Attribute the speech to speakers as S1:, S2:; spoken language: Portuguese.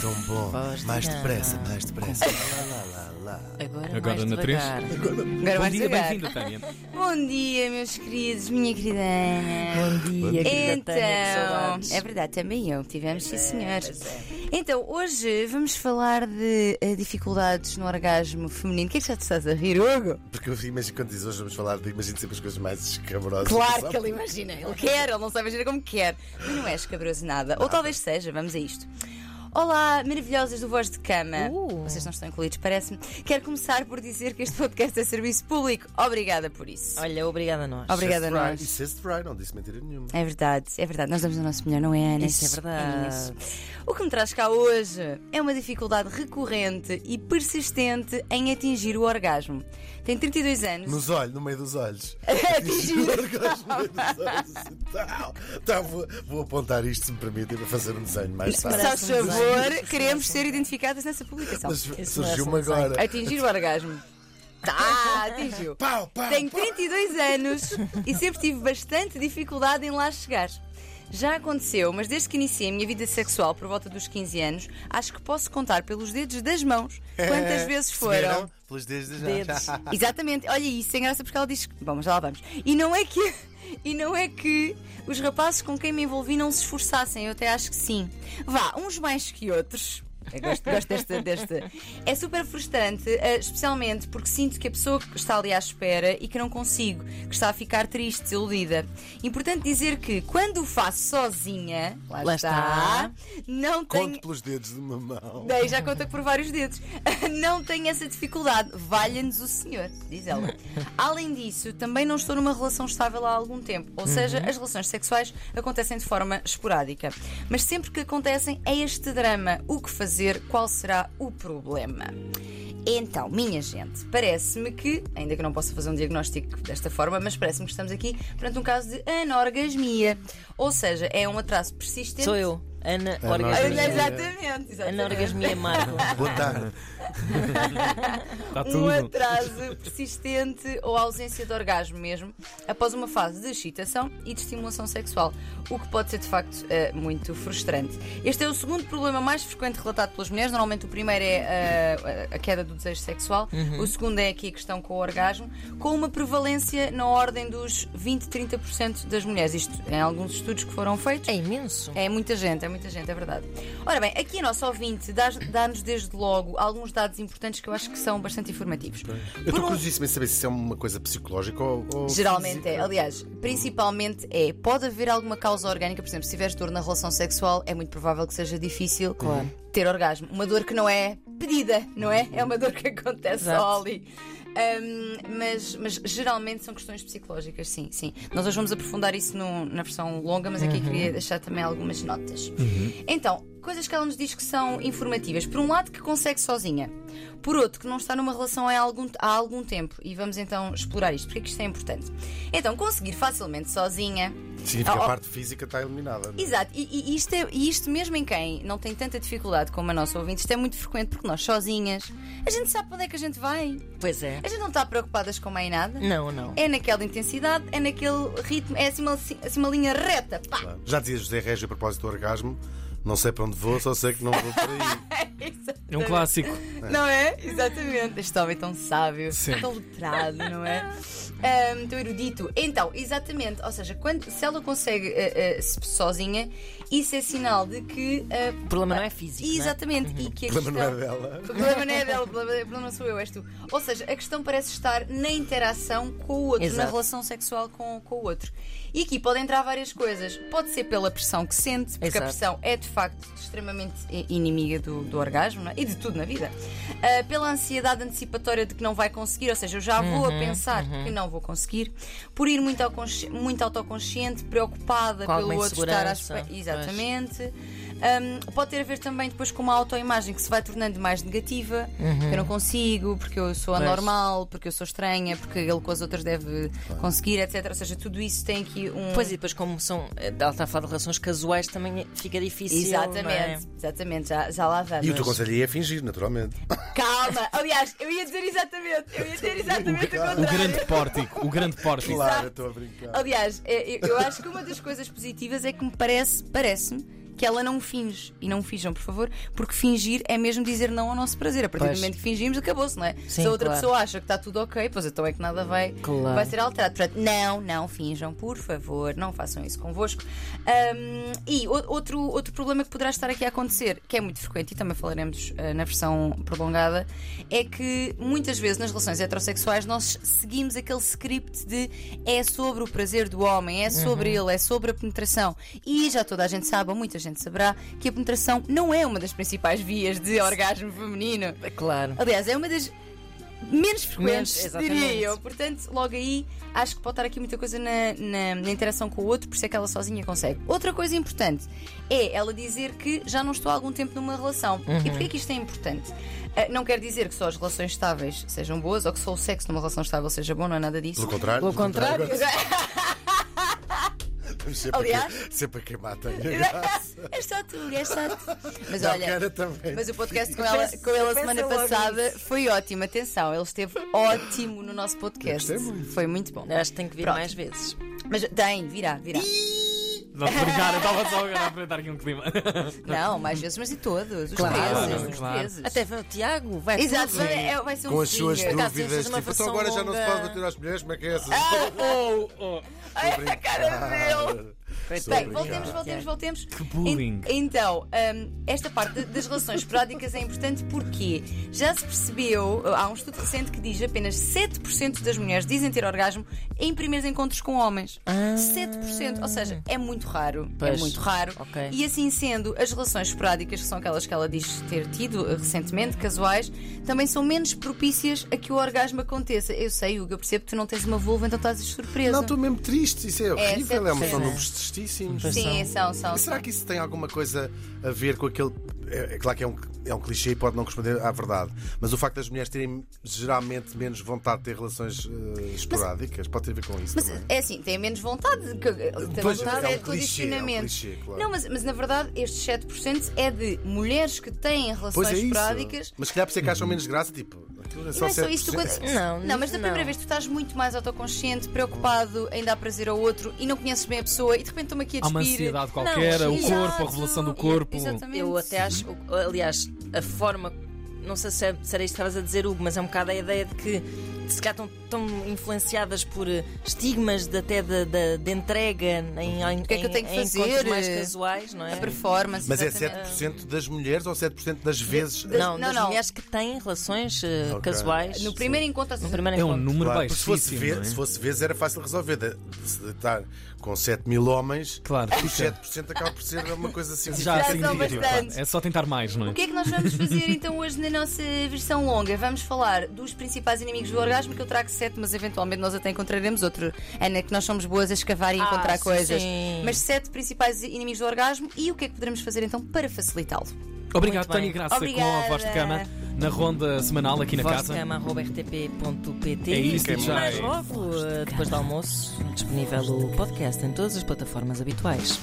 S1: Tão bom.
S2: Voz de
S1: mais
S2: gama.
S1: depressa, mais depressa. Lá, lá, lá, lá.
S2: Agora,
S3: Agora
S2: mais
S3: na três.
S2: devagar.
S4: Agora
S3: Bom
S4: vais
S3: dia,
S4: devagar.
S3: bem-vinda, Tânia.
S4: Bom dia, meus queridos, minha querida Ana.
S2: Bom dia, querida
S4: Então,
S2: Tânia, que saudades.
S4: é verdade, também eu, tivemos, sim senhor. Então, hoje vamos falar de eh, dificuldades no orgasmo feminino. O que é que já te estás a rir, Hugo?
S1: Porque eu imagino quando diz hoje vamos falar de imagino sempre as coisas mais escabrosas.
S4: Claro
S1: Sabe?
S4: que ele imagina, ele quer, ele não sabe imaginar como quer. Mas não é escabroso nada. Ou talvez seja, vamos a isto. Olá, maravilhosas do Voz de Cama.
S2: Uh.
S4: Vocês não estão incluídos, parece-me. Quero começar por dizer que este podcast é serviço público. Obrigada por isso.
S2: Olha, obrigada a nós.
S1: Isso é
S4: Obrigada a
S1: Fry,
S4: nós.
S1: Isso é Fry, não disse mentira nenhuma.
S4: É verdade, é verdade. Nós damos o nosso melhor, não é, Ana?
S2: Isso é verdade.
S4: isso. O que me traz cá hoje é uma dificuldade recorrente e persistente em atingir o orgasmo. Tem 32 anos.
S1: Nos olhos, no meio dos olhos.
S4: Atingiu.
S1: Tal. Tá, vou, vou apontar isto, se me permitem, para fazer um desenho mais
S4: Se
S1: tarde.
S4: faz
S2: Parece um desenho.
S4: favor, queremos ser identificadas nessa publicação.
S1: Mas eh,
S2: Isso
S1: surgiu-me
S2: parece um
S1: agora.
S4: Atingir o orgasmo. Tá, atingiu.
S1: Pau, pau,
S4: Tenho
S1: pau.
S4: 32 anos e sempre tive bastante dificuldade em lá chegar. Já aconteceu, mas desde que iniciei a minha vida sexual por volta dos 15 anos, acho que posso contar pelos dedos das mãos quantas vezes
S1: Se
S4: foram.
S1: viram? É, Pelos dedos das
S2: Dedos.
S4: Exatamente, olha isso, sem graça porque ela diz que. Bom, mas já lá vamos. E não é que. E não é que os rapazes com quem me envolvi não se esforçassem, eu até acho que sim. Vá, uns mais que outros. Eu gosto, gosto desta, desta. É super frustrante, eh, especialmente porque sinto que a pessoa que está ali à espera e que não consigo, que está a ficar triste, desiludida. Importante dizer que quando o faço sozinha, lá,
S2: Lá
S4: está,
S2: está.
S4: não tenho.
S1: Conto pelos dedos de uma mão.
S4: Daí já conta por vários dedos. Não tenho essa dificuldade. Valha-nos o senhor, diz ela. Além disso, também não estou numa relação estável há algum tempo. Ou seja,
S2: Uhum.
S4: as relações sexuais acontecem de forma esporádica. Mas sempre que acontecem, é este drama. O que fazer? Qual será o problema? Então, minha gente, parece-me que, ainda que não possa fazer um diagnóstico desta forma, mas parece-me que estamos aqui perante um caso de anorgasmia. Ou seja, é um atraso persistente.
S2: Sou eu, Ana
S1: Ana
S4: Olha,
S2: Orgasmia.
S1: Orgasmia.
S4: exatamente, exatamente.
S2: Ana Orgasmia Marco.
S1: Boa tarde.
S3: Está
S4: um
S3: tudo.
S4: atraso persistente ou ausência de orgasmo mesmo, após uma fase de excitação e de estimulação sexual, o que pode ser de facto eh, muito frustrante. Este é o segundo problema mais frequente relatado pelas mulheres. Normalmente o primeiro é eh, a queda do desejo sexual, o segundo é aqui a questão com o orgasmo, com uma prevalência na ordem dos 20-30% das mulheres. Isto em alguns estudos que foram feitos.
S2: É imenso.
S4: É muita gente, é muita gente, é verdade. Ora bem, aqui a nossa ouvinte dá- dá-nos desde logo alguns dados importantes que eu acho que são bastante informativos.
S1: Eu
S4: Por
S1: estou
S4: um-
S1: curiosíssimo em saber se isso é uma coisa psicológica ou. ou
S4: Geralmente
S1: física.
S4: é, aliás, principalmente é. Pode haver alguma causa orgânica, por exemplo, se tiveres dor na relação sexual, é muito provável que seja difícil ter orgasmo. Uma dor que não é pedida, não é? É uma dor que acontece
S2: Exato.
S4: só ali. Ahm, mas, mas geralmente são questões psicológicas, sim, sim. Nós hoje vamos aprofundar isso no- na versão longa, mas aqui queria deixar também algumas notas. Então, coisas que ela nos diz que são informativas. Por um lado, que consegue sozinha. Por outro, que não está numa relação há algum, há algum tempo. E vamos então explorar isto, porque é que isto é importante. Então, conseguir facilmente sozinha.
S1: Significa que
S4: Oh,
S1: a
S4: oh.
S1: parte física está eliminada. não é?
S4: Exato, e, e- e isto é- e isto mesmo em quem não tem tanta dificuldade como a nossa ouvinte, isto é muito frequente porque nós sozinhas, a gente sabe para onde é que a gente vai.
S2: Pois é.
S4: A gente não está preocupadas com mais nada.
S2: Não, não.
S4: É naquela intensidade, é naquele ritmo, é assim uma, assim uma linha reta. Pá!
S1: Claro. Já dizia José Régio a propósito do orgasmo: não sei para onde vou, só sei que não vou por aí.
S3: É um clássico.
S4: Não é? Exatamente. Este homem é tão sábio,
S3: Sim.
S4: tão letrado, não é? Ahm, tão erudito. Então, exatamente. Ou seja, quando, se ela consegue ah, ah, se sozinha, isso é sinal de que. ah,
S2: O problema não é físico. não é?
S4: exatamente. E que a
S1: O problema não é
S4: questão-
S1: dela.
S4: o problema não é dela, o problema o problema sou eu, és tu. Ou seja, a questão parece estar na interação com o outro, na
S2: Exato.
S4: relação sexual com, com o outro. E aqui podem entrar várias coisas. Pode ser pela pressão que sente, porque a
S2: Exato.
S4: pressão é de facto extremamente i- inimiga do, do orgasmo não é? e de tudo na vida. Ah, pela ansiedade antecipatória de que não vai conseguir, ou seja, eu já vou
S2: Uhum,
S4: a pensar que não vou conseguir. Por ir muito, autoconsci- muito autoconsciente, preocupada
S2: Com
S4: pelo
S2: alguma
S4: outro estar à
S2: insegurança,
S4: espera.
S2: pois.
S4: Exatamente. Exatamente. Hum, pode ter a ver também depois com uma autoimagem que se vai tornando mais negativa, porque eu
S2: Uhum.
S4: não consigo, porque eu sou anormal, porque eu sou estranha, porque ele com as outras deve conseguir, etc. Ou seja, tudo isso tem aqui um.
S2: Pois e depois, como são. eh, Ela está a falar de relações casuais, também fica difícil.
S4: Exatamente,
S2: não é?
S4: exatamente, já, já lá vamos.
S1: E o teu conselho aí é fingir, naturalmente.
S4: Calma! Aliás, eu ia dizer exatamente, eu ia dizer
S1: é
S4: exatamente o
S3: O
S4: contrário.
S3: grande pórtico. O grande pórtico.
S1: Claro, eu estou a brincar.
S4: Aliás, é, eu, eu acho que uma das coisas positivas é que me parece, parece-me que ela não finge. E não finjam, por favor, porque fingir é mesmo dizer não ao nosso prazer. A partir
S2: Pois.
S4: do momento que fingimos, acabou-se, não é?
S2: Sim,
S4: Se a outra
S2: claro.
S4: pessoa acha que está tudo ok, pois então é que nada vai,
S2: Claro.
S4: vai ser alterado. Portanto, não, não finjam, por favor, não façam isso convosco. Ahm, e o- outro, outro problema que poderá estar aqui a acontecer, que é muito frequente e também falaremos ah, na versão prolongada, é que muitas vezes nas relações heterossexuais nós seguimos aquele script de é sobre o prazer do homem, é sobre ele, é sobre a penetração. E já toda a gente sabe, ou muita gente saberá, que a penetração não é uma das principais vias de orgasmo feminino.
S2: Claro.
S4: Aliás, é uma das menos frequentes,
S2: Menos,
S4: diria eu.
S2: exatamente.
S4: Portanto, logo aí, acho que pode estar aqui muita coisa na, na- na interação com o outro, por isso é que ela sozinha consegue. Outra coisa importante é ela dizer que já não estou há algum tempo numa relação. E porquê que isto é importante? Ah, não quer dizer que só as relações estáveis sejam boas ou que só o sexo numa relação estável seja bom, não é nada disso.
S1: Pelo contrário.
S2: Pelo contrário.
S1: Estamos sempre,
S4: Aliás.
S1: a, que- sempre a queimar a Tânia.
S4: é só tu, é só tu. Mas
S1: Não,
S4: olha.
S1: cara, assim. também.
S4: Mas o podcast com ela,
S5: Pensa-
S4: com ela
S5: pensa
S4: semana
S5: logo
S4: passada foi ótimo. Atenção, ele esteve ótimo no nosso podcast.
S1: Eu gostei muito.
S4: Foi muito bom.
S2: Acho que tem que vir
S4: Pronto.
S2: mais vezes.
S4: Mas tem, virá, virá.
S3: Não, de brincar, eu estava só agora a aproveitar aqui um clima.
S4: Não, mais vezes, mas e todos. Os
S2: Claro,
S4: trezes, os
S3: claro.
S4: trezes.
S2: Até vem o Tiago, vai
S4: Exato,
S2: tudo.
S4: vai, é- vai ser um
S1: Com as suas
S4: swinger.
S2: acaso
S1: dúvidas.
S2: temos de fazer uma
S1: Tipo, então
S2: versão
S1: agora já não se
S2: longa.
S1: pode bater às mulheres, como é que é essa?
S3: Oh, oh.
S4: Ai, a cara dele.
S2: Coitado.
S4: Bem, voltemos, voltemos, voltemos.
S3: Que bullying.
S4: En- Então, hum, esta parte de- das relações esporádicas é importante porque já se percebeu, há um estudo recente que diz apenas 7% das mulheres dizem ter orgasmo em primeiros encontros com homens. 7%, ou seja, é muito raro. É
S2: Pois.
S4: muito raro.
S2: Ok.
S4: E assim sendo, as relações esporádicas, que são aquelas que ela diz ter tido eh, recentemente, casuais, também são menos propícias a que o orgasmo aconteça. Eu sei, Hugo, eu percebo que tu não tens uma vulva, então estás surpresa.
S1: Não, estou mesmo triste. Isso é horrível.
S4: sempre
S1: É, uma são
S4: sim,
S1: números tristíssimos.
S4: Sim, são, são.
S1: E será que isso tem alguma coisa a ver com aquele. É, é claro que é um, é um clichê e pode não corresponder à verdade, mas o facto das mulheres terem geralmente menos vontade de ter relações eh, esporádicas pode ter a ver com isso
S4: Mas
S1: também.
S4: é assim, tem menos vontade. Que, tem
S1: Pois,
S4: vontade
S1: é um
S4: de
S1: clichê, é
S4: condicionamento.
S1: um clichê, claro.
S4: Não, mas, mas na verdade estes 7% é de mulheres que
S1: é
S4: têm relações esporádicas.
S1: Mas se calhar por isso é que acham menos graça, tipo. aquilo é
S4: E
S1: só
S4: não é só isso, tu
S1: 7%.
S4: quando-
S2: Não,
S4: não, mas da
S2: não.
S4: primeira vez tu estás muito mais autoconsciente, preocupado em dar prazer ao outro e não conheces bem a pessoa e de repente estou-me aqui a
S3: Há uma
S4: despir.
S3: ansiedade qualquer,
S2: Não,
S3: o
S4: Exato,
S3: corpo, a revelação do corpo.
S4: Exatamente.
S2: Eu até acho, aliás, a forma, não sei se, é- se era isto que estavas a dizer, Hugo, mas é um bocado a ideia de que se calhar estão tão influenciadas por eh, estigmas de, até da da- de entrega em, em,
S4: que é que eu tenho que
S2: em encontros
S4: fazer?
S2: mais casuais, não é?
S4: A performance.
S1: Mas é
S4: exatamente.
S1: 7% das mulheres ou 7% das vezes?
S2: Não,
S4: Não,
S2: das
S4: não.
S2: mulheres que têm relações eh,
S1: Ok.
S2: casuais.
S4: No primeiro encontro,
S2: No primeiro
S3: É um
S2: encontro.
S3: número
S1: Claro, porque se
S3: baixíssimo.
S1: fosse, ve-
S3: não é?
S1: se fosse vezes era fácil de resolver. De, de, de estar com 7 mil homens,
S3: Claro,
S1: os
S3: fica.
S1: 7% acaba por ser uma coisa assim.
S3: Já
S4: são
S3: significa.
S4: bastantes.
S3: claro. É só tentar mais, não é?
S4: O que é que nós vamos fazer então hoje na nossa versão longa? Vamos falar dos principais inimigos do orgasmo, que eu trago sete, mas eventualmente nós até encontraremos outro. Ana, que nós somos boas a escavar e
S2: Ah,
S4: encontrar
S2: sim,
S4: coisas.
S2: sim.
S4: Mas sete principais inimigos do orgasmo e o que é que poderemos fazer então para facilitá-lo?
S3: Obrigado,
S2: Muito bem.
S3: Tânia Graça, com
S4: Obrigada.
S3: a voz de cama na ronda semanal aqui na casa.
S2: Vozcama.rtp.pt
S3: É isso,
S2: E
S3: já
S2: mais
S3: é.
S2: logo, eh, depois do almoço, disponível o podcast em todas as plataformas habituais.